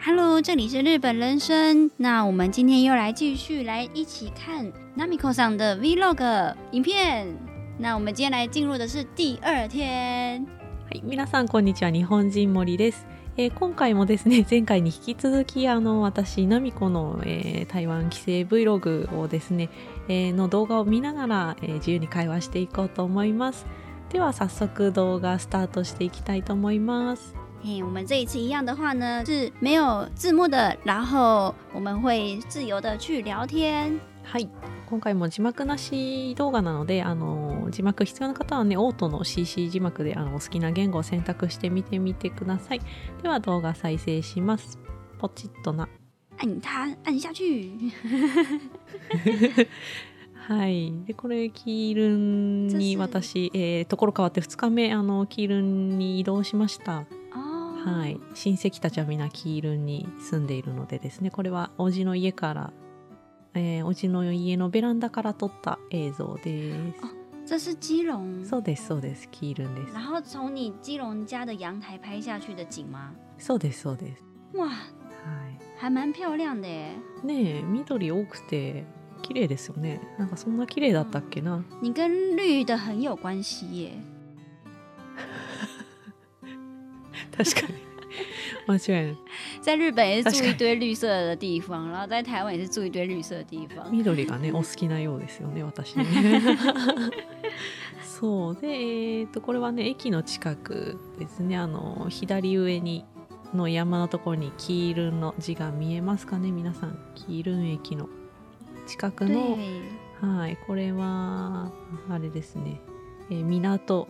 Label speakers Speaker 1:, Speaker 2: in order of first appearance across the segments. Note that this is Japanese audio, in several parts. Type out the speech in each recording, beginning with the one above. Speaker 1: Hello，这里是日本人生。那我们今天又来继续来一起看 Namiko 上的 Vlog 影片。那我们今天来进入的是第二天。
Speaker 2: はい、皆さんこんにちは。日本人森です。えー今回もですね、 前回に引き続きあの私ナミコの、えー台湾帰省 Vlog をですね、えーの動画を見ながら、えー自由に会話していこうと思います。では早速動画スタートしていきたいと思います。
Speaker 1: 嘿，我们这一次一样的话呢是没有字幕的，然后我们会自由的去聊天。
Speaker 2: はい、今回も字幕なし動画なので、あの字幕必要な方はね、オートの CC 字幕であのお好きな言語を選択してみてみてください。では動画再生します。ポチッとな。
Speaker 1: 按它，按下去。
Speaker 2: はい、でこれキールンに私、えーところ変わって2日目あのキールンに移動しました、
Speaker 1: 哦，
Speaker 2: はい、親戚たちはみんなキールンに住んでいるのでですねこれはおじの家から、えー、おじの家のベランダから撮った映像です、
Speaker 1: 这是基隆。
Speaker 2: そうですそうですキールンで
Speaker 1: 然后从你基隆家的阳台拍下去的景吗？
Speaker 2: すそうですそうです、
Speaker 1: 哇，
Speaker 2: は
Speaker 1: 还蛮漂亮的耶！
Speaker 2: い、ねえ緑多くて綺麗ですよねなんかそんな綺麗だったっけな
Speaker 1: 你跟绿的很有关系耶。
Speaker 2: 確かに間違いない
Speaker 1: 在日本也是
Speaker 2: 確
Speaker 1: 住
Speaker 2: かに
Speaker 1: 一堆绿色的地方，然后在台湾也是住一堆绿色的地 方。
Speaker 2: 緑がねお好きなようですよね私 ねそうで、えー、とこれはね駅の近くですねあの左上にの山のところにキールンの字が見えますかね皆さんキールン駅の近くの
Speaker 1: 对，
Speaker 2: はいこれはあれですね、えー港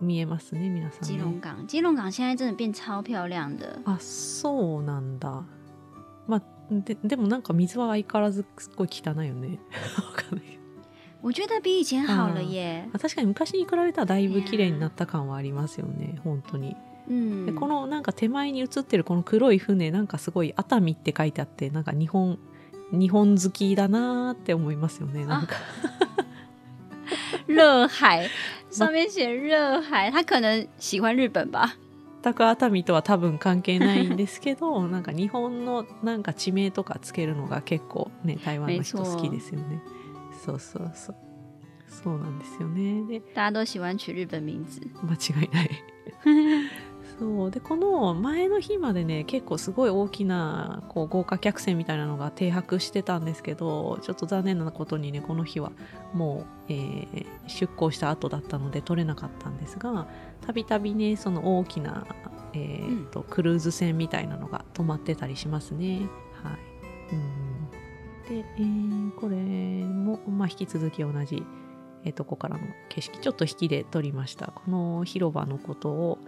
Speaker 2: 見えますね皆さん
Speaker 1: 基
Speaker 2: ね、
Speaker 1: 隆港，基隆港现在真的变超漂亮的。
Speaker 2: あそうなんだまあででもなんか水は相変わらずすっごい汚いよね わかんないけど
Speaker 1: 我觉得比以前好了耶。
Speaker 2: まあ確かに昔に比べたらだいぶ綺麗になった感はありますよね本当に
Speaker 1: 嗯
Speaker 2: で，このなんか手前に映ってるこの黒い船なんかすごい熱海って書いてあってなんか日本日本好きだなーって思いますよねなんか
Speaker 1: 热海上面写热海，他可能喜欢日本吧。
Speaker 2: 全く熱海とは多分関係ないんですけ どなんか日本のなんか地名とかつけるのが結構ね台湾の人
Speaker 1: 没错
Speaker 2: 好きですよねそうそうそうそうなんですよねで
Speaker 1: 大家都喜欢取日本名字。
Speaker 2: 間違いないそうでこの前の日までね結構すごい大きなこう豪華客船みたいなのが停泊してたんですけどちょっと残念なことにねこの日はもう、えー出港した後だったので取れなかったんですがたびたびねその大きな、えーとクルーズ船みたいなのが止まってたりしますね。はいうんで、えーこれも、まあ、引き続き同じ、えーとこからの景色ちょっと引きで撮りましたこの広場のことを、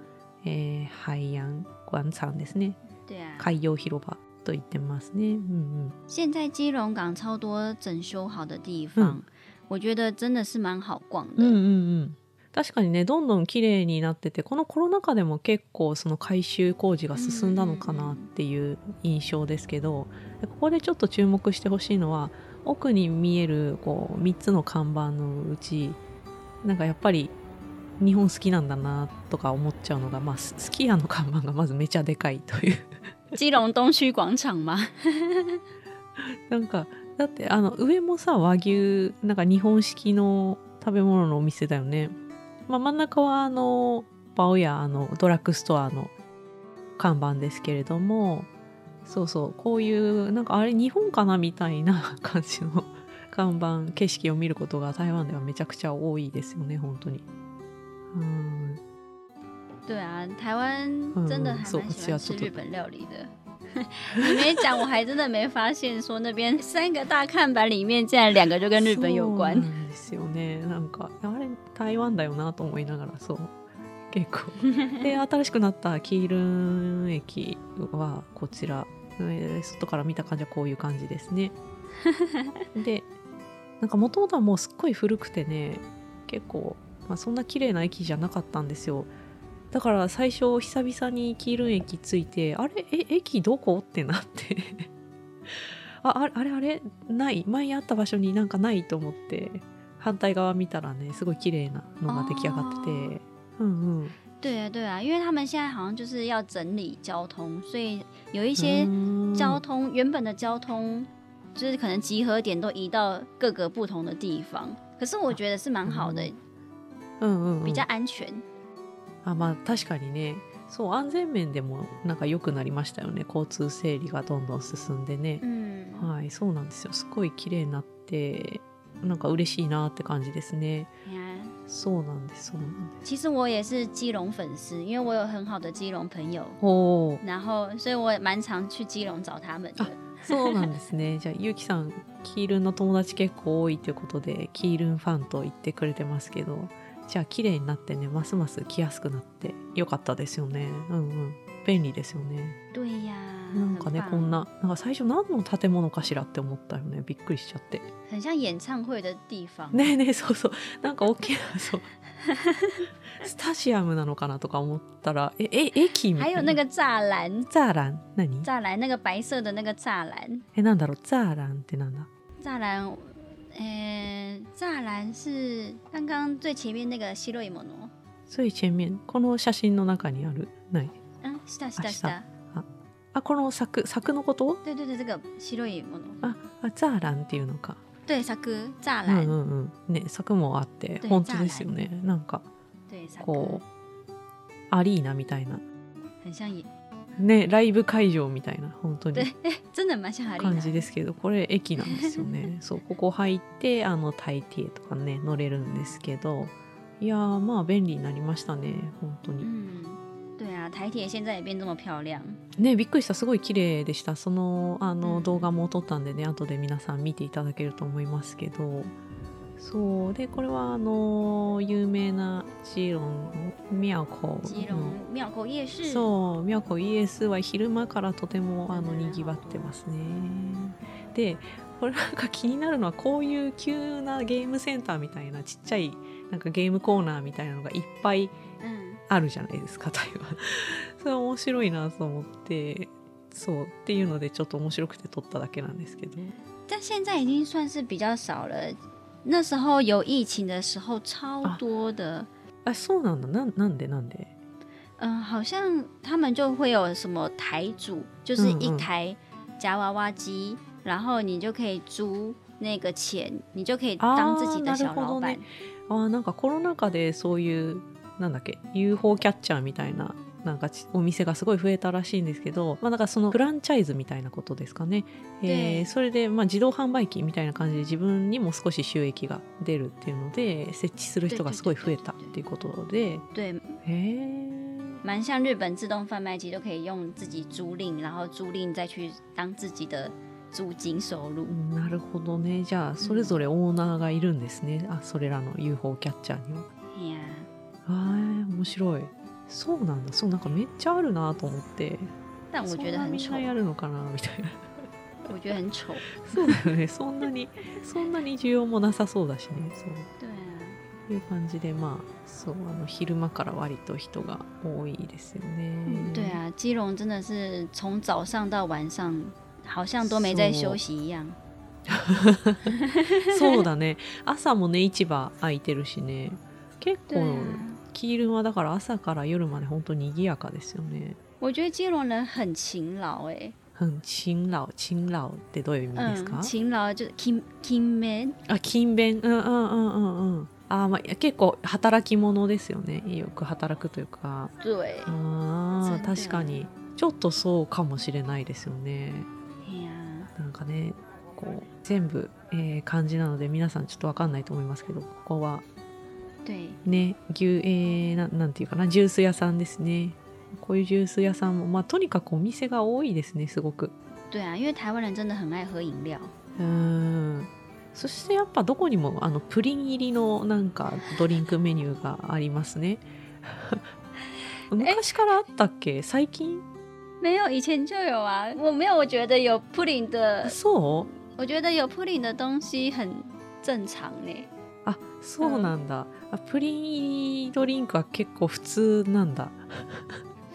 Speaker 2: えー、海岸湾山ですね
Speaker 1: 对啊，
Speaker 2: 海洋広場と言ってますね、うん
Speaker 1: 现在基隆港超多整修好的地方，
Speaker 2: 嗯
Speaker 1: 我觉得真的是蛮好逛
Speaker 2: うん、
Speaker 1: 的。
Speaker 2: うんうんうん確かにねどんどん綺麗になっててこのコロナ禍でも結構その改修工事が進んだのかなっていう印象ですけどでここでちょっと注目してほしいのは奥に見えるこう3つの看板のうちなんかやっぱり日本好きなんだなとか思っちゃうのが、まあ、すすき家の看板がまずめちゃでかいという
Speaker 1: 基隆东区广场吗？
Speaker 2: なんかだってあの上もさ和牛なんか日本式の食べ物のお店だよね、まあ、真ん中はあのバオヤあのドラッグストアの看板ですけれどもそうそうこういうなんかあれ日本かなみたいな 感じの看板景色を見ることが台湾ではめちゃくちゃ多いですよね本当にうん
Speaker 1: 对啊，台湾真的还
Speaker 2: 嗯
Speaker 1: 蛮喜
Speaker 2: 是
Speaker 1: 欢
Speaker 2: 啊
Speaker 1: 吃日
Speaker 2: 这个
Speaker 1: 本料理的。 你没讲，我还真的没发现，说那边 三个大看板里面，竟然两个就跟日本有
Speaker 2: そう
Speaker 1: 关。
Speaker 2: なんですよねなんかあれ台湾だよなと思いながらそう結構で新しくなったキールン駅はこちらえー外から見た感じはこういう感じですねでなんかもともとはもうすっごい古くてね結構、まあ、そんな綺麗な駅じゃなかったんですよだから最初久々にキールン駅着いてあれえ駅どこってなって ああれあれあれない前あった場所になんかないと思って反対側見たらねすごい綺麗なのが出来上がって
Speaker 1: あ
Speaker 2: てうんうん
Speaker 1: 对啊，对啊，因为他们现在好像就是要整理交通，所以有一些交通、原本的交通，就是可能集合点都移到各个不同的地方。可是我觉得是蛮好的，
Speaker 2: うんうんうん、
Speaker 1: 比较安全。
Speaker 2: あまあ確かにねそう安全面でもなんか良くなりましたよね交通整理がどんどん進んでね、
Speaker 1: 嗯，
Speaker 2: はいそうなんですよすごい綺麗になってなんか嬉しいなって感じですね
Speaker 1: 你看，
Speaker 2: そうなんですそうなんです
Speaker 1: 其实我也是基隆粉丝，因为我有很好的基隆朋友，
Speaker 2: おー
Speaker 1: 然后所以我也蛮常去基隆找他们的。
Speaker 2: そうなんですね じゃあゆうきさんキールンの友達結構多いということでキールンファンと言ってくれてますけどじゃあ綺麗になってねますます来やすくなって良かったですよねうんうん便利ですよね
Speaker 1: 对呀，
Speaker 2: なんか
Speaker 1: 很
Speaker 2: ね
Speaker 1: 棒
Speaker 2: こんななんか最初何の建物かしらって思ったよねびっくりしちゃって
Speaker 1: 很像演唱会的地方。
Speaker 2: ねえねえそうそうなんか大きなそうスタジアムなのかなとか思ったらええ駅みた
Speaker 1: 还
Speaker 2: いな
Speaker 1: 有那个栅栏，
Speaker 2: ザーラン何
Speaker 1: 栅栏那个白色的那个栅栏，
Speaker 2: えなんだろうザーランってなんだ
Speaker 1: 栅栏，呃，栅栏是刚刚最前面那个西洛伊莫诺。
Speaker 2: そういうチェンミンこの写真の中にあるない
Speaker 1: 嗯，是的，是的，
Speaker 2: 啊
Speaker 1: 是
Speaker 2: 是的
Speaker 1: 的，
Speaker 2: あこの柵柵のこと
Speaker 1: 对对对，这个西洛伊莫诺，
Speaker 2: ああザーランっていうのか
Speaker 1: 对，萨克栅栏，
Speaker 2: うんうんうんね柵もあって
Speaker 1: 对
Speaker 2: 本当ですよねなんか
Speaker 1: 对，萨克，
Speaker 2: こうアリーナみたいな
Speaker 1: 很像也
Speaker 2: ねライブ会場みたいな本当に
Speaker 1: 对，真的蛮像海
Speaker 2: 感
Speaker 1: 丽的。
Speaker 2: じですけどこれ駅なんですよ ねそうここ入ってあの台底とかね乗れるんですけどいやーまあ便利になりましたね本当に
Speaker 1: 嗯，对啊，台铁现在也变这么漂亮。
Speaker 2: ねびっくりしたすごい綺麗でしたそのあ
Speaker 1: う
Speaker 2: の
Speaker 1: ん
Speaker 2: 動画も撮ったんでね後で皆さん見ていただけると思いますけどそうでこれはあの有名なジロン宮古の
Speaker 1: 基隆庙口夜市，
Speaker 2: そう宮古 ES は昼間からとてもあの
Speaker 1: うん
Speaker 2: にぎわってますね。でこれなんか気になるのはこういう急なゲームセンターみたいなちっちゃいなんかゲームコーナーみたいなのがいっぱい
Speaker 1: 嗯，
Speaker 2: あるじゃないですか台湾。 それは面白いなと思ってそうっていうのでちょっと面白くて撮っただけなんですけど。
Speaker 1: 但现在已经算是比较少了。那时候有疫情的时候，超
Speaker 2: 啊
Speaker 1: 多的。
Speaker 2: あそうなんだなんなんでなんで
Speaker 1: 嗯，好像他们就会有什么台主，就是
Speaker 2: 嗯
Speaker 1: 一
Speaker 2: 嗯
Speaker 1: 台夹娃娃机，然后你就可以租那个钱，你就可以当自己的
Speaker 2: 啊
Speaker 1: 小老
Speaker 2: な
Speaker 1: 板
Speaker 2: る。あーなんかコロナ禍でそういうなんだっけ UFO キャッチャーみたいななんかちお店がすごい増えたらしいんですけど、まあ、だからそのフランチャイズみたいなことですかね、
Speaker 1: で
Speaker 2: えーそれでまあ自動販売機みたいな感じで自分にも少し収益が出るっていうので設置する人がすごい増えたっていうことで
Speaker 1: 对，
Speaker 2: へえ
Speaker 1: 蛮像日本自动贩卖机，都可以用自己租赁，然后租赁再去当自己的租金收入。
Speaker 2: なるほどねじゃあそれぞれオーナーがいるんですねあそれらの UFO キャッチャーには。
Speaker 1: 哎呀，
Speaker 2: あー面白いそうなんだそうなんかめっちゃあるなと思って
Speaker 1: 但我
Speaker 2: そん
Speaker 1: 觉得
Speaker 2: な
Speaker 1: 很
Speaker 2: みん
Speaker 1: 丑
Speaker 2: な，やるのかなみたいな
Speaker 1: 我觉得很丑。
Speaker 2: そうだよ ねそんなにそんなに需要もなさそうだしねそう
Speaker 1: 对啊，
Speaker 2: いう感じでまあそうあの昼間から割と人が多いですよね
Speaker 1: 嗯，对啊，基隆真的是从早上到晚上，好像都没在
Speaker 2: そう
Speaker 1: 休息一样。
Speaker 2: そうだね朝もね市場空いてるしね結
Speaker 1: 对
Speaker 2: 構
Speaker 1: 啊。
Speaker 2: キールンはだから朝から夜まで本当に賑やかですよね
Speaker 1: 我觉得基隆人很勤劳哎、
Speaker 2: うん勤労勤労ってどういう意味ですか、
Speaker 1: 嗯，勤劳就是勤勤勉，
Speaker 2: あ勤勉うんうんうんうんうんあーまあいや結構働き者ですよねよく働くというか
Speaker 1: 对，
Speaker 2: あー
Speaker 1: 全然
Speaker 2: 確かにちょっとそうかもしれないですよね
Speaker 1: 哎呀，
Speaker 2: なんかねこう全部、えー漢字なので皆さんちょっとわかんないと思いますけどここは
Speaker 1: 对，
Speaker 2: ね牛、えーななんていうかなジュース屋さんですねこういうジュース屋さんも、まあ、とにかくお店が多いですねすごく
Speaker 1: 对啊，因为台湾人真的很爱喝饮料，
Speaker 2: うーんそしてやっぱどこにもあのプリン入りのなんかドリンクメニューがありますね 昔からあったっけ最近
Speaker 1: 没有以前就有啊，我没有，我觉得有 pudding 的，
Speaker 2: そう
Speaker 1: 我觉得有 pudding 的东西很正常欸呢、
Speaker 2: あそうなんだ、あプリン入りドリンクは結構普通なんだ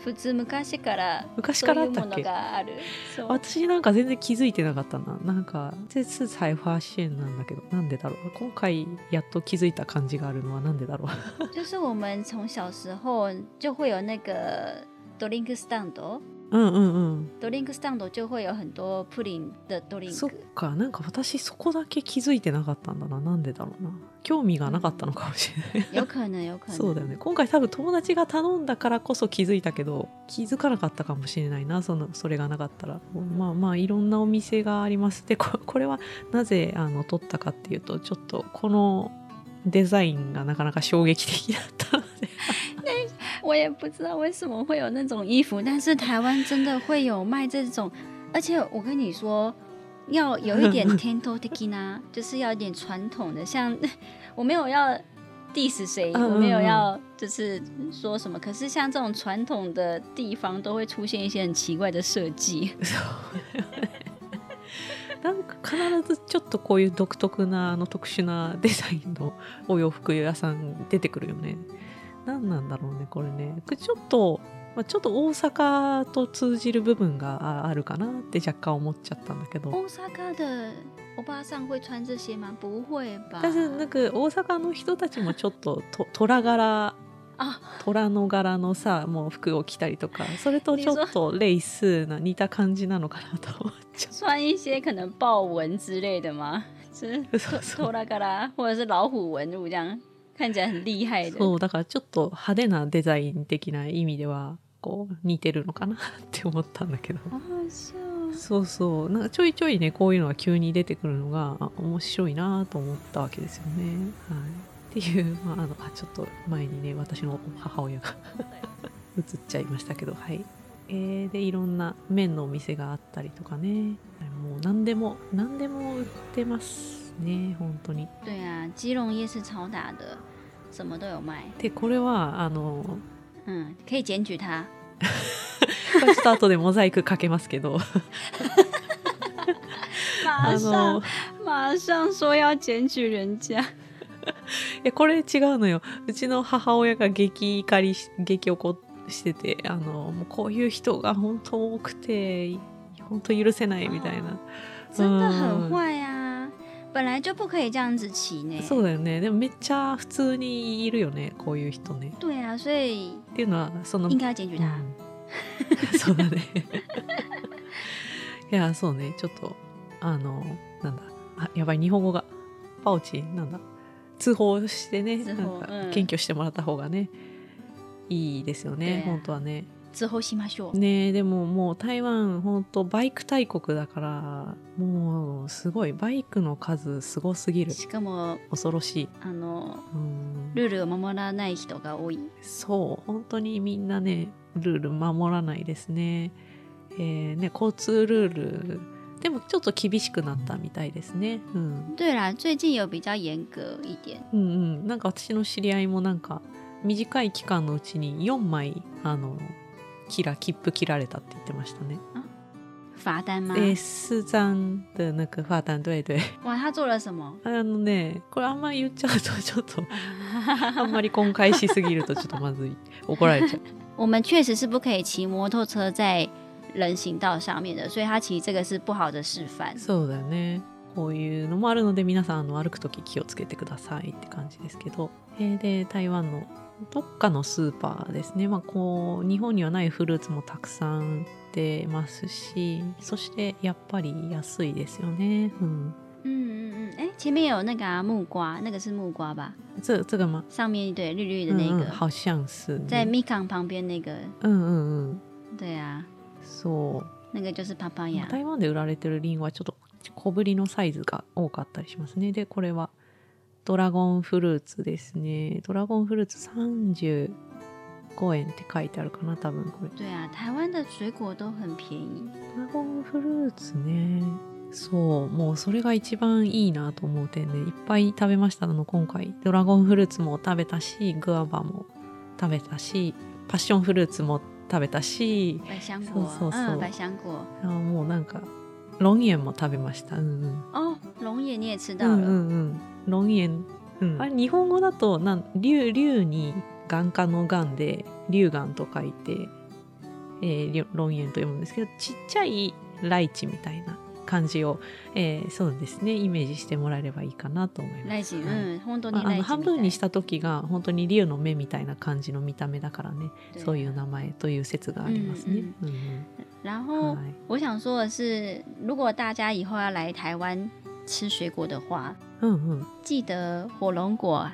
Speaker 1: 普通昔から
Speaker 2: 昔からあったっ
Speaker 1: そういうも
Speaker 2: け
Speaker 1: のがあるそう
Speaker 2: 私なんか全然気づいてなかったななんか这次才发现なんだけどなんでだろう今回やっと気づいた感じがあるのはなん でだろう
Speaker 1: 就是我们从小时候就会有那个ドリンクスタンド
Speaker 2: うんうんうん
Speaker 1: ドリンクスタンド就会有很多プリン的ドリン
Speaker 2: そっ
Speaker 1: ク
Speaker 2: かなんか私そこだけ気づいてなかったんだななんでだろうな興味がなかったのかもしれない
Speaker 1: 有可能有可能
Speaker 2: そうだよね今回多分友達が頼んだからこそ気づいたけど気づかなかったかもしれないなそのそれがなかったらまあまあいろんなお店がありますでここれはなぜあの撮ったかっていうとちょっとこのデザインがなかなか衝撃的だったので
Speaker 1: 我也不知道为什么会有那种衣服，但是台湾真的会有卖这种，而且我跟你说，要有一 点天头 t i 呢，就是要有点传统的，像 我没有要 diss 谁，
Speaker 2: 嗯
Speaker 1: 我没有
Speaker 2: 嗯嗯
Speaker 1: 要就是说什么，可是像这种传统的地方都会出现一些很奇怪的设计，
Speaker 2: なんか必ずちょっとこういう独特なあの特殊なデザインのお洋服屋さん出てくるよね何なんだろうねこれねちょっと、まあ、ちょっと大阪と通じる部分がああるかなって若干思っちゃったんだけど
Speaker 1: 大阪的欧巴桑会穿这些吗？不会吧？
Speaker 2: 但是那个大阪の人たちもちょっとと虎柄
Speaker 1: 啊，
Speaker 2: 虎の柄のさもう服を着たりとかそれとちょっとレイスな似た感じなのかなと思っちゃ
Speaker 1: 穿一些可能豹纹之类的吗？就是。
Speaker 2: う。そうそう
Speaker 1: 拖拉嘎啦，或者是老虎纹路这样，看起来很厉害的。
Speaker 2: そうだからちょっと派手なデザイン的な意味ではこう似てるのかなって思ったんだけど
Speaker 1: 好好笑哦。
Speaker 2: そうそうなんかちょいちょいねこういうのが急に出てくるのがあ面白いなと思ったわけですよね。はい、っていう、まあ、あのあちょっと前にね私の母親が 映っちゃいましたけどはい。えーでいろんな麺のお店があったりとかねもう何でも何でも売ってますね本当に。
Speaker 1: 对啊，基隆夜市超大的，什么都有卖。
Speaker 2: でこれはあの
Speaker 1: 嗯，可以检举他。
Speaker 2: これちょっと後でモザイクかけますけど
Speaker 1: 马
Speaker 2: あ
Speaker 1: 上、
Speaker 2: の
Speaker 1: 马上说要检举人家。
Speaker 2: いやこれ違うのようちの母親が激怒りし激怒しててあのもうこういう人が本当多くて本当許せないみたいな
Speaker 1: 真的很坏啊！本来就不可以这样子骑呢。
Speaker 2: そうだよねでもめっちゃ普通にいるよねこういう人ね
Speaker 1: 对啊，所以
Speaker 2: っていうのはその
Speaker 1: 应该要检举他。
Speaker 2: 嗯うん そうだねいやそうねちょっとあのなんだあやばい日本語がパオチなんだ通報してね
Speaker 1: 通
Speaker 2: なん
Speaker 1: 報
Speaker 2: か
Speaker 1: うん
Speaker 2: 検挙してもらった方がね、いいですよ
Speaker 1: 对
Speaker 2: ね
Speaker 1: 啊
Speaker 2: 本当はね
Speaker 1: 之后洗马秀。
Speaker 2: ねでももう台湾本当バイク大国だからもうすごいバイクの数すごすぎる
Speaker 1: しかも
Speaker 2: 恐ろしい、
Speaker 1: あの
Speaker 2: うん、
Speaker 1: ルールを守らない人が多い。
Speaker 2: そう本当にみんなねルール守らないですね,、えーね交通ルールでもちょっと厳しくなったみたいですね、うん、
Speaker 1: 对啦，最近有比较严格一点。
Speaker 2: うんうんなんか私の知り合いもなんか短い期間のうちに4枚あの切ら切符切られたって言ってましたね。
Speaker 1: 罚单吗？
Speaker 2: で、スザン的那个发单对对。
Speaker 1: 哇，他做了什么？
Speaker 2: あのね、これあんま言っちゃうとちょっと、あんまり混解しすぎるとちょっとまずい。怒られちゃう。
Speaker 1: 我们确实是不可以骑摩托车在人行道上面的，所以他骑这个是不好的示范。
Speaker 2: そうだよね。こういうのもあるので皆さんあの歩く時気をつけてくださいって感じですけど、えーで台湾のどっかのスーパーですね、まあ、こう日本にはないフルーツもたくさん売ってますしそしてやっぱり安いですよね。うん、
Speaker 1: 嗯嗯嗯，哎，前面有那个、啊、木瓜，那个是木瓜吧？
Speaker 2: 这这个吗？
Speaker 1: 上面一对绿绿的
Speaker 2: 嗯
Speaker 1: 那
Speaker 2: 嗯
Speaker 1: 个，
Speaker 2: 好像是ね
Speaker 1: 在米港旁边那个，
Speaker 2: うんうんうん
Speaker 1: 对啊，
Speaker 2: そう
Speaker 1: 那个就是パパ
Speaker 2: ま
Speaker 1: 呀
Speaker 2: あ。台湾で売られてるリンゴはちょっと小ぶりのサイズが多かったりしますねでこれはドラゴンフルーツですねドラゴンフルーツ35円って書いてあるかな多分これ
Speaker 1: 对啊，台湾的水果都很便宜。
Speaker 2: ドラゴンフルーツねそうもうそれが一番いいなと思う点でいっぱい食べましたあの今回ドラゴンフルーツも食べたしグアバも食べたしパッションフルーツも食べたし
Speaker 1: 百香果，
Speaker 2: そうそうそう
Speaker 1: 嗯，百香果。
Speaker 2: あもうなんかロンエンも食べましたうんうん
Speaker 1: 哦，龙眼你也吃到了。
Speaker 2: うんうんうん。ロンエン。あれ日本語だとなん竜竜に眼科の眼で龍眼と書いてえーりょ論園と読むんですけどちっちゃいライチみたいな感じを、えーそうですねイメージしてもらえればいいかなと思います。
Speaker 1: ライチ、
Speaker 2: はい
Speaker 1: うん、本当に
Speaker 2: まあ、
Speaker 1: ラ
Speaker 2: あ
Speaker 1: イチみたい
Speaker 2: の半分にした時が本当に竜の目みたいな感じの見た目だからね
Speaker 1: 对
Speaker 2: そういう名前という説がありますね。うんうん
Speaker 1: 然后
Speaker 2: はい
Speaker 1: 我想说的是，如果大家以后要来台湾吃水果的话，
Speaker 2: うんうん
Speaker 1: 记得火龙果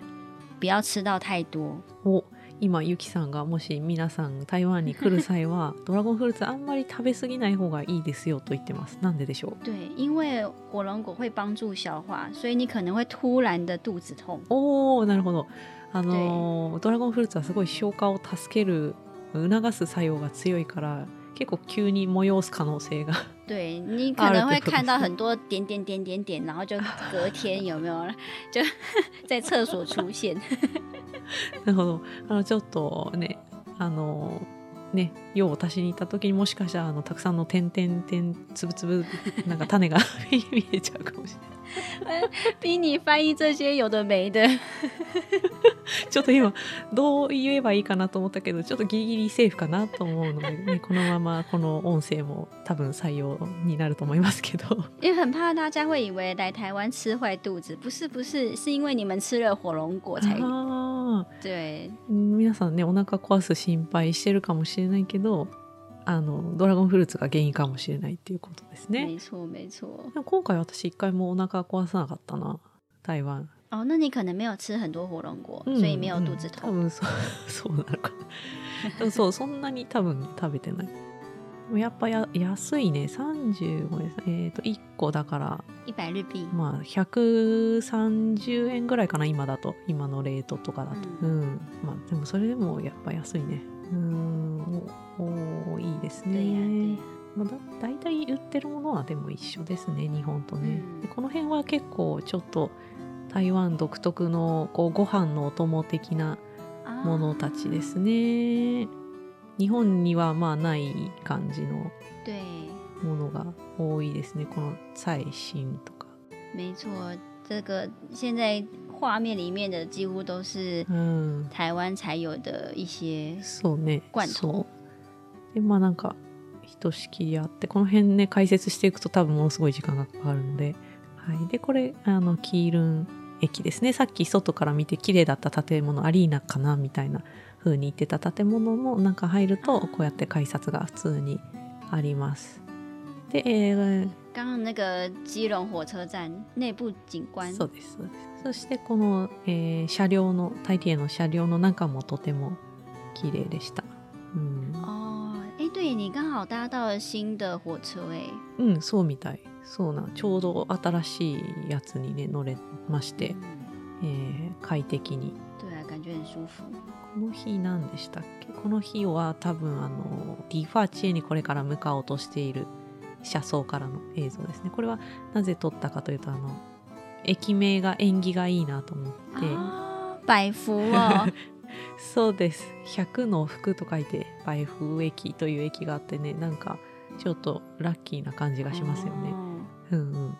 Speaker 1: 不要吃到太多。
Speaker 2: お今ゆきさんがもし皆さん台湾に来る際はドラゴンフルーツあんまり食べ過ぎない方がいいですよと言ってますなんででしょ
Speaker 1: 对，因为火龙果会帮助消化，所以你可能会突然的肚子痛。
Speaker 2: うおーなるほどあのードラゴンフルーツはすごい消化を助ける促す作用が強いから結構急に催す可能性が
Speaker 1: 对你
Speaker 2: 啊
Speaker 1: 可能会
Speaker 2: 对
Speaker 1: 看到很多点点点点点，然后就隔天有没有 就在厕所出现？
Speaker 2: なるほどあのちょっとねあのーね、用を足しに行った時にもしかしたらあのたくさんの点々点つぶつぶなんか種が 見えちゃうかもしれない
Speaker 1: 逼你翻译这些有的没的。
Speaker 2: ちょっと今どう言えばいいかなと思ったけどちょっとギリギリセーフかなと思うので、ね、このままこの音声も多分採用になると思いますけど
Speaker 1: 因为很怕大家会以为来台湾吃坏肚子，不是不是，是因为你们吃了火龙果
Speaker 2: 嗯
Speaker 1: 才、
Speaker 2: あ
Speaker 1: 对
Speaker 2: ー皆さんねお腹壊す心配してるかもしれないけどあのドラゴンフルーツが原因かもしれないっていうことですね。
Speaker 1: 没错没错。
Speaker 2: でも今回私一回もお腹壊さなかったな台湾。
Speaker 1: 哦，那你可能没有吃很多火龙果，
Speaker 2: うん
Speaker 1: 所以没有肚子痛。
Speaker 2: うん多分そうそうなのかなでもそうそんなに多分、ね、食べてないでもやっぱや安いね35円えっ、と1個だから
Speaker 1: 一百日币，
Speaker 2: まあ130円ぐらいかな今だと今のレートとかだと
Speaker 1: う
Speaker 2: う、
Speaker 1: ん
Speaker 2: まあでもそれでもやっぱ安いねうんおおいいです
Speaker 1: 对呀、对
Speaker 2: ね
Speaker 1: 呀、
Speaker 2: まあ、だ大体売ってるものはでも一緒ですね日本とね、
Speaker 1: うん
Speaker 2: でこの辺は結構ちょっと台湾独特のこうご飯のお供的な
Speaker 1: 啊
Speaker 2: ものたちで。すね日本にはまあない感じの
Speaker 1: 对，
Speaker 2: ものが多いですねこの最新とか、
Speaker 1: 没错，这个现在画面里面的几乎都是
Speaker 2: うん、
Speaker 1: 台湾才有的一些，
Speaker 2: そうね
Speaker 1: 罐頭
Speaker 2: そうでまあなんかひとしきりあってこの辺ね解説していくと多分ものすごい時間がかかるので、はい、でこれあのキールン駅ですねさっき外から見て綺麗だった建物アリーナかなみたいな風に言ってた建物の中入るとこうやって改札が普通にあります。で、えー
Speaker 1: 刚刚那个基隆火车站内部景观，
Speaker 2: そうですそうですそしてこの、えー車両のタイティエの車両の中もとても綺麗でした。うん
Speaker 1: 哦，哎，对你刚好搭到了新的火车，哎，
Speaker 2: うんそうみたいそうなちょうど新しいやつにね乗れまして、
Speaker 1: 嗯
Speaker 2: えー快適に
Speaker 1: 对啊，感觉很舒服。
Speaker 2: この日何でしたっけこの日は多分あのディファーチェにこれから向かおうとしている車窓からの映像ですねこれはなぜ撮ったかというとあの駅名が縁起がいいなと思って、
Speaker 1: 啊，百福哦，
Speaker 2: そうです100の福と書いて梅風駅という駅があってねなんかちょっとラッキーな感じがしますよね。
Speaker 1: 哦
Speaker 2: うんうん、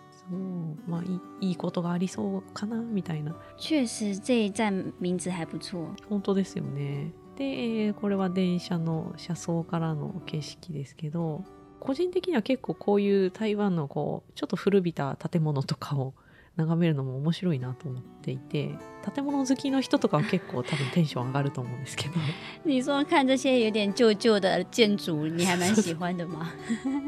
Speaker 2: そうまあいいいいことがありそうかなみたいな
Speaker 1: 确实这一站名字还不错。
Speaker 2: 本当ですよねでえーこれは電車の車窓からの景色ですけど個人的には結構こういう台湾のこうちょっと古びた建物とかを眺めるのも面白いなと思っていて建物好きの人とかは結構多分テンション上がると思うんです けど
Speaker 1: 你说看这些有点旧旧的建筑，你还蛮喜欢的吗？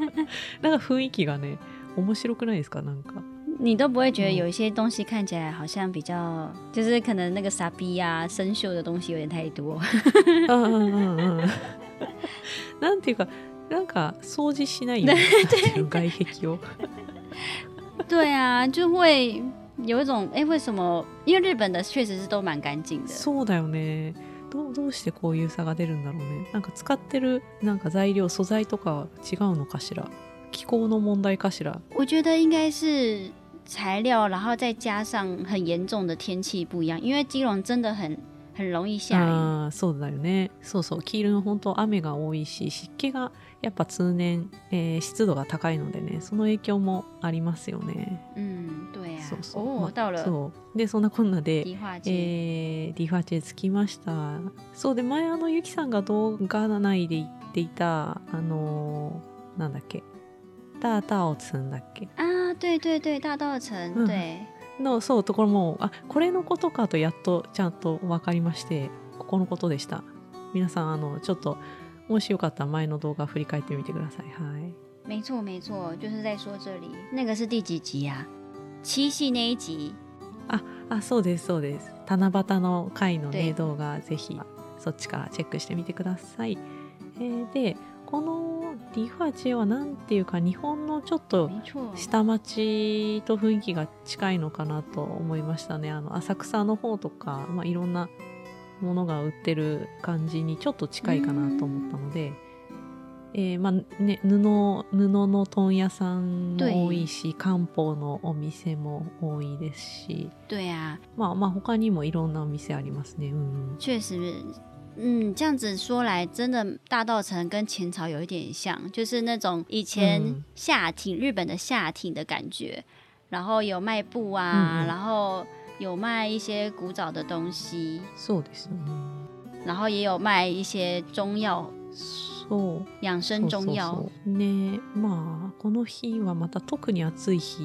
Speaker 2: なんか雰囲気がね面白くないですかなんか
Speaker 1: 你都不会觉得
Speaker 2: 嗯
Speaker 1: 有一些东西看起来好像比较，就是可能那个傻逼呀、生锈的东西有点太多。
Speaker 2: うんうんうんうん なんていうかなんか掃除しないよねなんて いうの外壁を。
Speaker 1: 对啊，就会有一种哎，诶为什么？因为日本的确实是都蛮干净的。
Speaker 2: そうだよねどうどうしてこういう差が出るんだろうねなんか使ってるなんか材料素材とか違うのかしら気候の問題かしら
Speaker 1: 我觉得应该是材料，然后再加上很严重的天气不一样，因为基隆真的很很容易下雨。
Speaker 2: あーそうだよねそうそう黄色の本当雨が多いし湿気がやっぱ通年、えー湿度が高いのでねその影響もありますよね
Speaker 1: 嗯，对啊
Speaker 2: そう。そう、
Speaker 1: 哦
Speaker 2: まあ，
Speaker 1: 到了
Speaker 2: そうでそんなこんなで
Speaker 1: 迪化街，
Speaker 2: えー、リファチェ着きましたそうで前あのゆきさんが動画内で言っっていたあのーなんだっけ大道城だっけ
Speaker 1: 啊，对对对，大道城，
Speaker 2: 嗯
Speaker 1: 对，
Speaker 2: のそうところもあこれのことかとやっとちゃんと分かりましてここのことでした皆さんあのちょっともしよかったら前の動画振り返ってみてくださいはい
Speaker 1: 没错没错，就是在说这里。那个是第几集啊？七夕那一集，
Speaker 2: あそうですそうです七夕の回の
Speaker 1: で
Speaker 2: ね動画ぜひそっちからチェックしてみてください、えーでこのリファチェはなんていうか日本のちょっと
Speaker 1: 没错，
Speaker 2: 下町と雰囲気が近いのかなと思いましたねあの浅草の方とか、まあ、いろんなものが売ってる感じにちょっと近いかなと思ったので、えーまあね、布布の問屋さんも多いし漢方のお店も多いですし
Speaker 1: 对啊，
Speaker 2: まあまあ他にもいろんなお店ありますね。うん
Speaker 1: 确实，嗯，这样子说来，真的大道城跟前朝有一点像，就是那种以前
Speaker 2: 嗯
Speaker 1: 夏町、日本的夏町的感觉，然后有卖布啊，
Speaker 2: 嗯嗯
Speaker 1: 然后有卖一些古早的东西，
Speaker 2: そうですよね。
Speaker 1: 然后也有卖一些中药、
Speaker 2: そう
Speaker 1: 养生中药。。
Speaker 2: そうそうそうねまあこの日はまた特に暑い日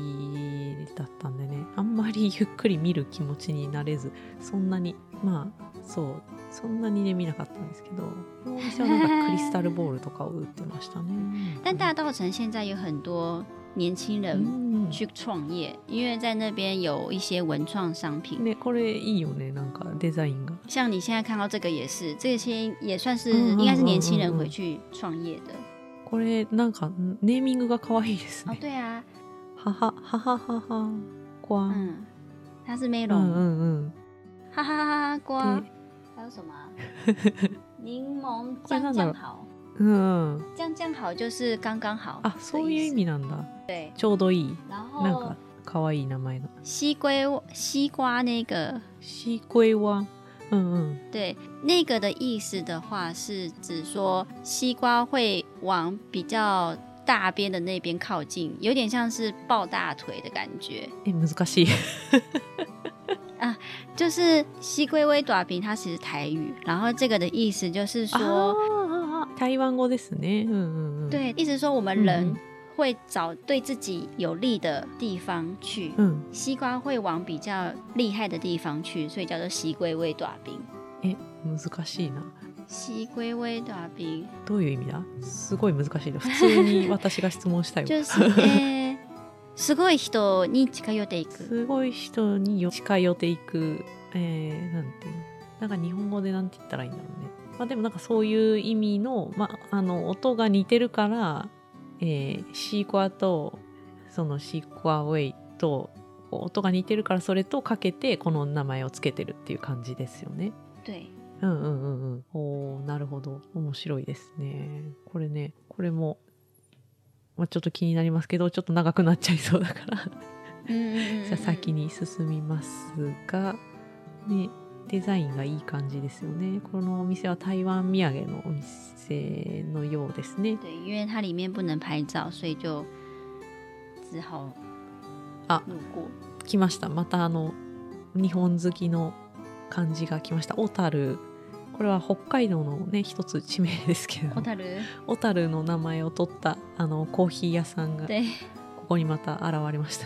Speaker 2: だったんでねあんまりゆっくり見る気持ちになれずそんなにまあそうそんなにね見なかったんですけどこのお店はなんかクリスタルボールとかを売ってましたね
Speaker 1: 但大道城现在有很多年轻
Speaker 2: う
Speaker 1: 人
Speaker 2: ん
Speaker 1: 去创业，因为在那边有一些文创商品。
Speaker 2: ねこれいいよねなんかデザインが。
Speaker 1: 像你现在看到这个也是，这些也算是
Speaker 2: 嗯嗯
Speaker 1: 应该是年轻
Speaker 2: 嗯
Speaker 1: 人
Speaker 2: 嗯嗯
Speaker 1: 回去创业的、
Speaker 2: これなんかネーミングが可愛いです
Speaker 1: 哦
Speaker 2: ね。。
Speaker 1: 对啊，
Speaker 2: ははははははこわ。うん
Speaker 1: 嗯，它是
Speaker 2: うん
Speaker 1: melon，、
Speaker 2: うん。
Speaker 1: 哈哈哈哈瓜
Speaker 2: 嗯对，
Speaker 1: 还有什么 啊、柠檬
Speaker 2: 快
Speaker 1: 酱
Speaker 2: 看
Speaker 1: 酱
Speaker 2: 到
Speaker 1: 好，
Speaker 2: うん。
Speaker 1: 酱酱好就是刚刚好
Speaker 2: あそういう意
Speaker 1: 的思。
Speaker 2: 味なんだ
Speaker 1: 对，
Speaker 2: ちょうどいい
Speaker 1: 然
Speaker 2: なん
Speaker 1: 后
Speaker 2: かかわいい名前が
Speaker 1: 西瓜西瓜那个
Speaker 2: シークエはうんうん
Speaker 1: 对，那个的意思的话是指说西瓜会往比较大边的那边靠近，有点像是抱大腿的感觉。
Speaker 2: え難 しい
Speaker 1: 就是西龟微短平，它其实台语，然后这个的意思就是
Speaker 2: あー
Speaker 1: 说，
Speaker 2: あーあー台湾語ですねうんうんうん
Speaker 1: 对，意思说我们
Speaker 2: 嗯
Speaker 1: 人
Speaker 2: 嗯
Speaker 1: 会找对自己有利的地方去，
Speaker 2: うん
Speaker 1: 西瓜会往比较厉害的地方去，所以叫做西龟微短平。
Speaker 2: え難しいな
Speaker 1: 西龟微短平
Speaker 2: どういう意味だすごい難しいな普通に私が質問したいわ
Speaker 1: 就是， 诶、すごい人に近寄っていく。
Speaker 2: すごい人によ近寄っていく、えー、なんていうのなんか日本語でなんて言ったらいいんだろうね、まあ、でもなんかそういう意味の,、まあ、あの音が似てるから、えーシークワとそのシークワウェイとこう音が似てるからそれとかけてこの名前をつけてるっていう感じですよね。
Speaker 1: 对，
Speaker 2: うんうんうんうん。おーなるほど。面白いですね。これね、これも、まあ、ちょっと気になりますけど、ちょっと長くなっちゃいそうだから。
Speaker 1: 嗯嗯嗯
Speaker 2: じゃあ先
Speaker 1: 嗯，
Speaker 2: に進みますが、ね、デザインがいい感じですよねこのお店は台湾土産のお店のようですね
Speaker 1: 对，因为它里面不能拍照，所以就只好
Speaker 2: 啊
Speaker 1: 路过。
Speaker 2: 来ましたまたあの日本好きの感じが来ました小樽これは北海道のね一つ地名ですけれど
Speaker 1: 小
Speaker 2: も
Speaker 1: 樽，
Speaker 2: 小樽の名前を取ったあのコーヒー屋さんがこ
Speaker 1: 对。
Speaker 2: こにまた現れました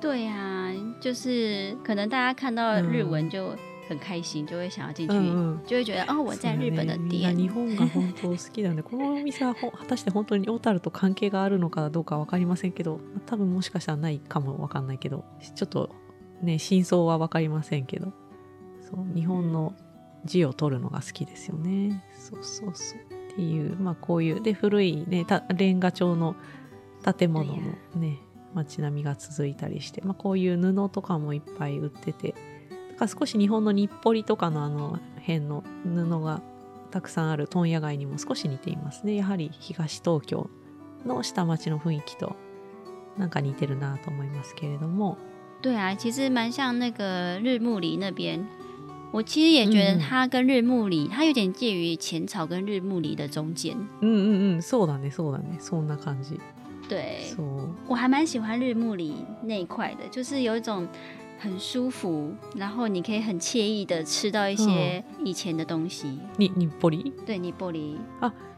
Speaker 1: 对呀、就是可能大家看到日文
Speaker 2: 嗯
Speaker 1: 就很开心，就会想要进去，
Speaker 2: うんうん
Speaker 1: 就会觉得哦，我在日本的
Speaker 2: そうだねみんな
Speaker 1: 店。
Speaker 2: 日本が本当好きなん でこのお店はほ果たして本当に小樽と関係があるのかどうか分かりませんけど多分もしかしたらないかも分かんないけどちょっとね真相は分かりませんけどそう日本の字を取るのが好きですよねそうそうそうっていうまあこういうで古いねたレンガ調の建物のね街並みが続いたりして、まあ、こういう布とかもいっぱい売っててだから少し日本の日暮里とかのあの辺の布がたくさんある問屋街にも少し似ていますねやはり東東京の下町の雰囲気となんか似てるなと思いますけれども
Speaker 1: 对啊，其实蛮像那个日暮里那边。我其实也觉得
Speaker 2: 嗯
Speaker 1: 它跟日暮里，它有点介于前朝跟日暮里的中间。
Speaker 2: うんうんうんそうだねそうだねそんな感じ
Speaker 1: 对，
Speaker 2: そう
Speaker 1: 我还蛮喜欢日暮里那一块的，就是有一种很舒服，然后你可以很惬意的吃到一些
Speaker 2: 嗯
Speaker 1: 以前的东西。
Speaker 2: に日暮里
Speaker 1: 对，尼泊里，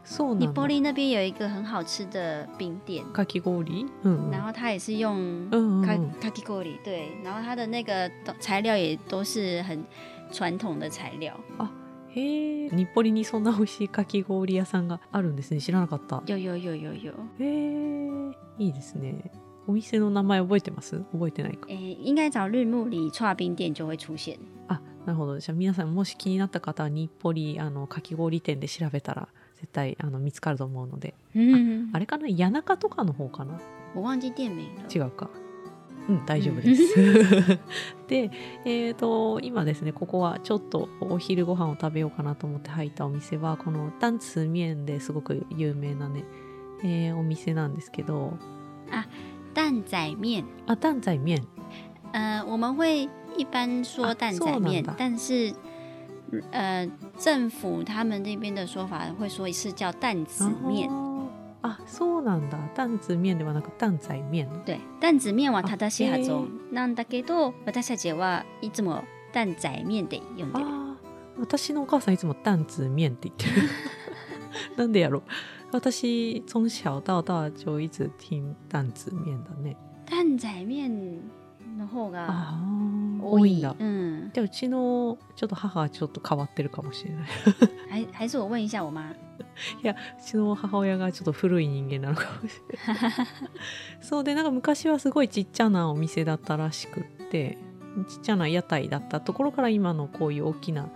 Speaker 2: そう
Speaker 1: 尼
Speaker 2: な
Speaker 1: 泊
Speaker 2: の
Speaker 1: 里那边有一个很好吃的冰店，
Speaker 2: かき氷うん
Speaker 1: 然后它也是用
Speaker 2: うんうんう
Speaker 1: 卡
Speaker 2: ん
Speaker 1: 卡基锅里，对，然后它的那个都材料也都是很传统的材料，
Speaker 2: へえ日暮里にそんな美味しいかき氷屋さんがあるんですね知らなかった
Speaker 1: 有有有有有，
Speaker 2: へえいいですねお店の名前覚えてます覚えてないか
Speaker 1: 诶、应该找日暮里串冰店就会出现。
Speaker 2: あなるほどじゃあ皆さんもし気になった方は日暮里あのかき氷店で調べたら絶対あの見つかると思うので
Speaker 1: 嗯
Speaker 2: あ，れかな谷中とかの方かな
Speaker 1: 我忘记店名了。嗯
Speaker 2: 違うかうん大丈夫です、でえー、と今ですねここはちょっとお昼ご飯を食べようかなと思って入ったお店はこのダンツ面ですごく有名なね、えーお店なんですけど
Speaker 1: 蛋仔面，
Speaker 2: あダンザイ面
Speaker 1: 呃，我们会一般
Speaker 2: 啊
Speaker 1: 说蛋仔
Speaker 2: そうなん
Speaker 1: 面
Speaker 2: だ，
Speaker 1: 但是呃，政府他们那边的说法会说是叫蛋子面。
Speaker 2: あそうなんだダンツ面ではなくダンザイ面
Speaker 1: 对，蛋子面は
Speaker 2: あ
Speaker 1: 正しい発音
Speaker 2: へ
Speaker 1: なんだけど、私たちはいつも蛋仔面で読んでる。
Speaker 2: あー私のお母さんいつも「担子面」って言って るなんでやろう私从小到大就一直听「担子面」だね
Speaker 1: 蛋仔面の方が
Speaker 2: ああ
Speaker 1: 多
Speaker 2: 多いん
Speaker 1: い。
Speaker 2: だ
Speaker 1: 嗯，
Speaker 2: でうちのちょっと母はちょっと変わってるかもしれない
Speaker 1: 还还是我问一下我妈。
Speaker 2: うちの母親がちょっと古い人間なのかもしれないそうでなんか昔はすごいちっちゃなお店だったらしくってちっちゃな屋台だったところから今のこういう大きな、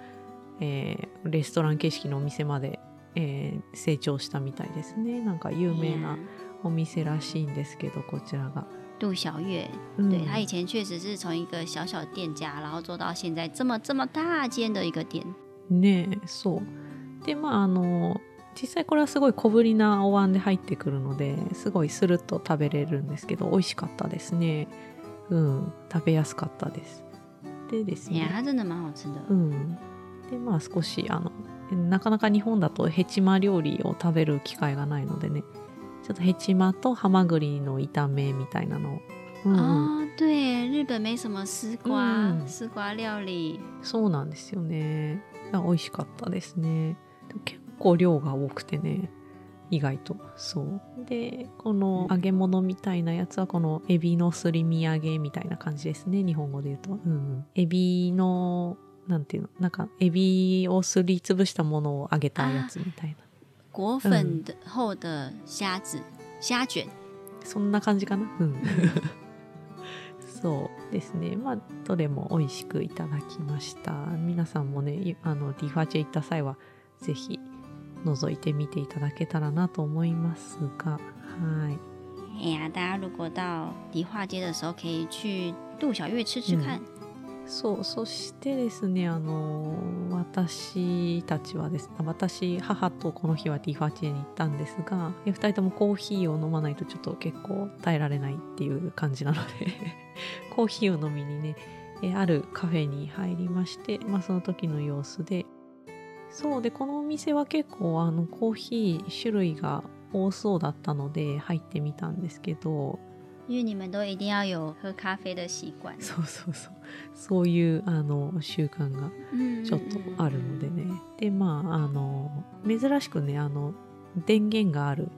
Speaker 2: えーレストラン形式のお店まで、えー成長したみたいですねなんか有名なお店らしいんですけどこちらが、
Speaker 1: 哎杜小月，
Speaker 2: うん
Speaker 1: 对她以前确实是从一个小小店家，然后做到现在这么这么大间的一个店。
Speaker 2: ねえそうでまああの実際これはすごい小ぶりなお椀で入ってくるのですごいスルッと食べれるんですけど美味しかったですねうん食べやすかったですでです
Speaker 1: 哎呀，
Speaker 2: ね
Speaker 1: 它真的蛮好吃的。
Speaker 2: うんでまあ少しあのなかなか日本だとヘチマ料理を食べる機会がないのでねちょっとヘチマとハマグリの炒めみたいなのをうんうん、
Speaker 1: 哦，对，日本没什么丝瓜，
Speaker 2: 嗯
Speaker 1: 丝瓜料理。
Speaker 2: そうなんですよね。あ美味しかったですね。でも結構量が多くてね、意外と。そう。で、この揚げ物みたいなやつは、このエビのすり身揚げみたいな感じですね、日本語で言うと。うんうん。エビの、なんていうの、なんか、エビをすりつぶしたものを揚げたやつみたいな。
Speaker 1: 果粉的后的虾子、虾卷，
Speaker 2: そんな感じかな。うん。 そうですね。まあ、どれも美味しくいただきました。皆さんもね、いあの、ディファチェ行った際は、ぜひ、覗いてみていただけたらなと思いますが、はい。
Speaker 1: 哎呀，大家如果到迪化街的时候，可以去杜小月吃吃看。
Speaker 2: そう、そしてですね、あの、私たちはですね、私、母とこの日はディファチェに行ったんですが、2人ともコーヒーを飲まないとちょっと結構耐えられないっていう感じなので、 コーヒーを飲みにね、えあるカフェに入りまして、まあ、その時の様子で、そうで、このお店は結構あのコーヒー種類が多そうだったので入ってみたんですけど、
Speaker 1: 因为你们都一定要有喝咖啡的习 惯。
Speaker 2: そうそうそう、そういうあの習慣が
Speaker 1: 嗯
Speaker 2: ちょっとあるのでね。で、まあ、あの、珍しくね、あの、電源がある、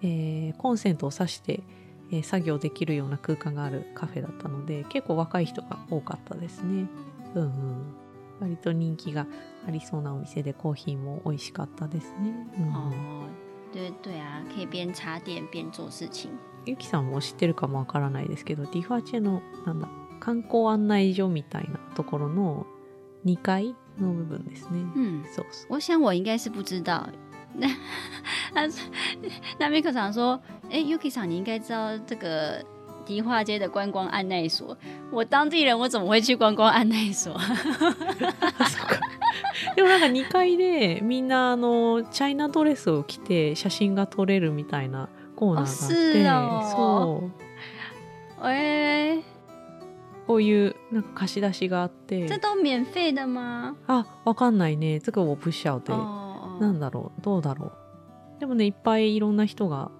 Speaker 2: えーコンセントを挿して、えー作業できるような空間があるカフェだったので、結構若い人が多かったですね。うんうん。割と人気がありそうなお店でコーヒーも美味しかったですね。うんうん
Speaker 1: 哦，对对啊，可以边插电边做事情。
Speaker 2: ゆきさんも知ってるかもわからないですけど、ディファチェの、なんだ、観光案内所みたいなところの2階の部分ですね。
Speaker 1: 嗯，
Speaker 2: そうそう。
Speaker 1: 我想我应该是不知道。那 那 那米克长说：“哎、y u k i 长，你应该知道这个迪化街的观光按奈所。我当地人，我怎么会去观光按奈所？
Speaker 2: でもなんか2階でみんなあのチャイナドレスを着て写真が撮れるみたいなコーナーがあって
Speaker 1: あ
Speaker 2: そう
Speaker 1: 哎、
Speaker 2: こういうなんか貸し出しがあっ
Speaker 1: 这
Speaker 2: て
Speaker 1: 都免费的吗？
Speaker 2: あわかんないね这个我不晓得
Speaker 1: 哦
Speaker 2: なんだろうどうだろうでもねいっぱいいろんな人が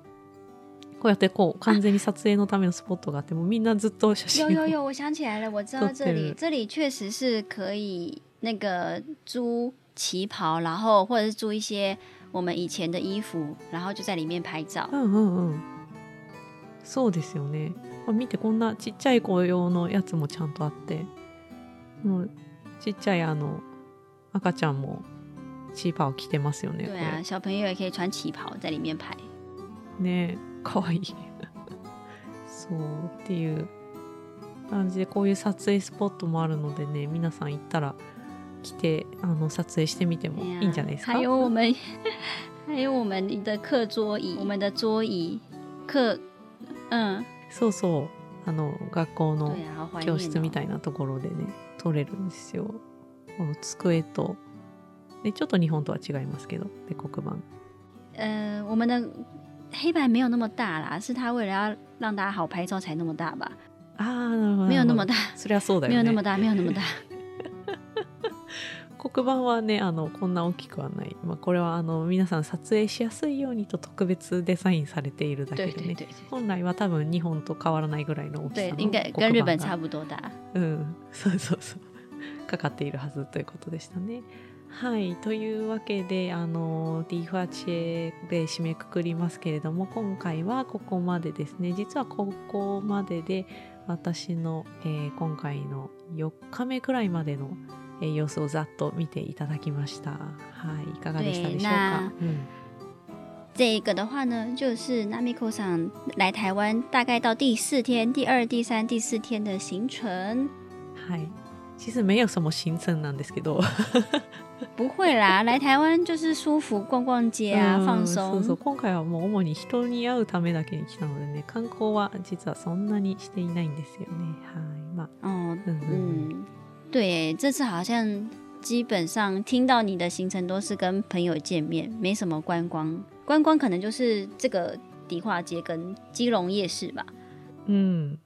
Speaker 2: こうやってこう完全に撮影のためのスポットがあってもうみんなずっ と写真
Speaker 1: 有
Speaker 2: を
Speaker 1: 有有，我想起来了，我知道这
Speaker 2: 都
Speaker 1: 里，
Speaker 2: 是
Speaker 1: 这里确实是可以那个租旗袍，然后或者是租一些我们以前的衣服，然后就在里面拍照
Speaker 2: う。んうんうんそうですよね、まあ、見てこんなちっちゃい子用のやつもちゃんとあってもうちっちゃいあの赤ちゃんもチーパーを着てますよね
Speaker 1: 对啊，小朋友也可以穿旗袍在里面拍。
Speaker 2: これねかわいい そうっていう感じでこういう撮影スポットもあるのでね皆さん行ったら来てあの撮影してみても
Speaker 1: 哎呀
Speaker 2: いいんじゃないですか、
Speaker 1: 还有我们， 还有我们的课桌椅，我们的桌椅课，嗯，
Speaker 2: そうそうあの学校の
Speaker 1: 对啊，好怀念、
Speaker 2: 教
Speaker 1: 哦。
Speaker 2: 室みたいなところでね取れるんですよこの机とでちょっと日本とは違いますけどで黒板
Speaker 1: 呃，我们的黑板没有那么大啦，是他为了要让大家好拍照才那么大吧？
Speaker 2: ああなるほど
Speaker 1: 没有那么
Speaker 2: なる
Speaker 1: 大，
Speaker 2: ほどそりゃそうだ
Speaker 1: 嗯没有
Speaker 2: よ
Speaker 1: 那么
Speaker 2: ね
Speaker 1: 大，没有那么大。
Speaker 2: 黒板はねあのこんな大きくはない、まあ、これはあの皆さん撮影しやすいようにと特別デザインされているだけ
Speaker 1: 对
Speaker 2: で
Speaker 1: 对
Speaker 2: ね
Speaker 1: 对对
Speaker 2: 本来は多分日本と変わらないぐらいの大きさ
Speaker 1: 对，
Speaker 2: の
Speaker 1: 应该
Speaker 2: 黒
Speaker 1: 跟日
Speaker 2: 板
Speaker 1: 本
Speaker 2: が
Speaker 1: 差不多大。
Speaker 2: うん、そうそうそう。かかっているはずということでしたね。はい、というわけで、あの、ディファチェで締めくくりますけれども、今回はここまでですね。実はここまでで、私の、えー今回の4日目くらいまでの、えー様子をざっと見ていただきました。はい、いかがでしたでしょうか。うん
Speaker 1: 这一个的话呢，就是纳米 i 上来台湾大概到第四天、第二、第三、第四天的行程。
Speaker 2: はい。其实没有什么行程なんですけど、
Speaker 1: 不会啦，来台湾就是舒服逛逛街啊，
Speaker 2: うん
Speaker 1: 放
Speaker 2: そうそ
Speaker 1: 松。
Speaker 2: う今回はもう主に人に会うためだけに来たのでね観光は実はそんなにしていないんですよねはいまあ
Speaker 1: 哦，
Speaker 2: うんうん
Speaker 1: 嗯，对耶，这次好像基本上听到你的行程都是跟朋友见面，没什么观光。观光可能就是这个迪化街跟基隆夜市吧。
Speaker 2: うん、うん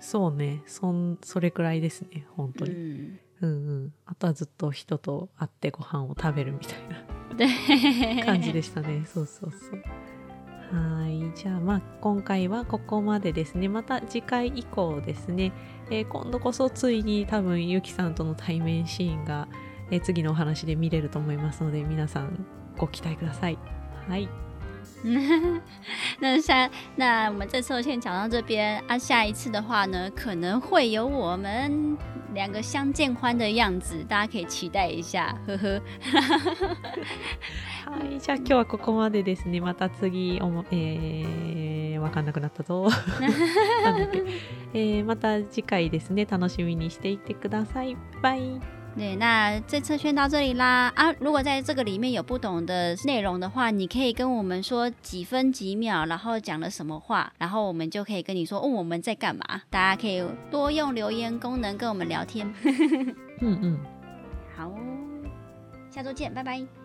Speaker 2: そうねそんそれくらいですね本当に、
Speaker 1: 嗯，
Speaker 2: うん、うんあとはずっと人と会ってご飯を食べるみたいな
Speaker 1: 对，
Speaker 2: 感じでしたねそうそうそうはいじゃあまあ今回はここまでですねまた次回以降ですね、えー今度こそついに多分ゆきさんとの対面シーンが、えー次のお話で見れると思いますので皆さんご期待くださいはい
Speaker 1: 那下那我们这次就先讲到这边啊，下一次的话呢，可能会有我们两个相见欢的样子，大家可以期待一下，呵呵。
Speaker 2: はいじゃあ今日はここまでですねまた次おもえー、わかんなくなった ぞなんだっけ、えーまた次回ですね楽しみにしていてくださいバイ
Speaker 1: 对，那这次先到这里啦啊！如果在这个里面有不懂的内容的话，你可以跟我们说几分几秒，然后讲了什么话，然后我们就可以跟你说哦我们在干嘛。大家可以多用留言功能跟我们聊天。
Speaker 2: うんうん
Speaker 1: 好哦，下周见，拜拜。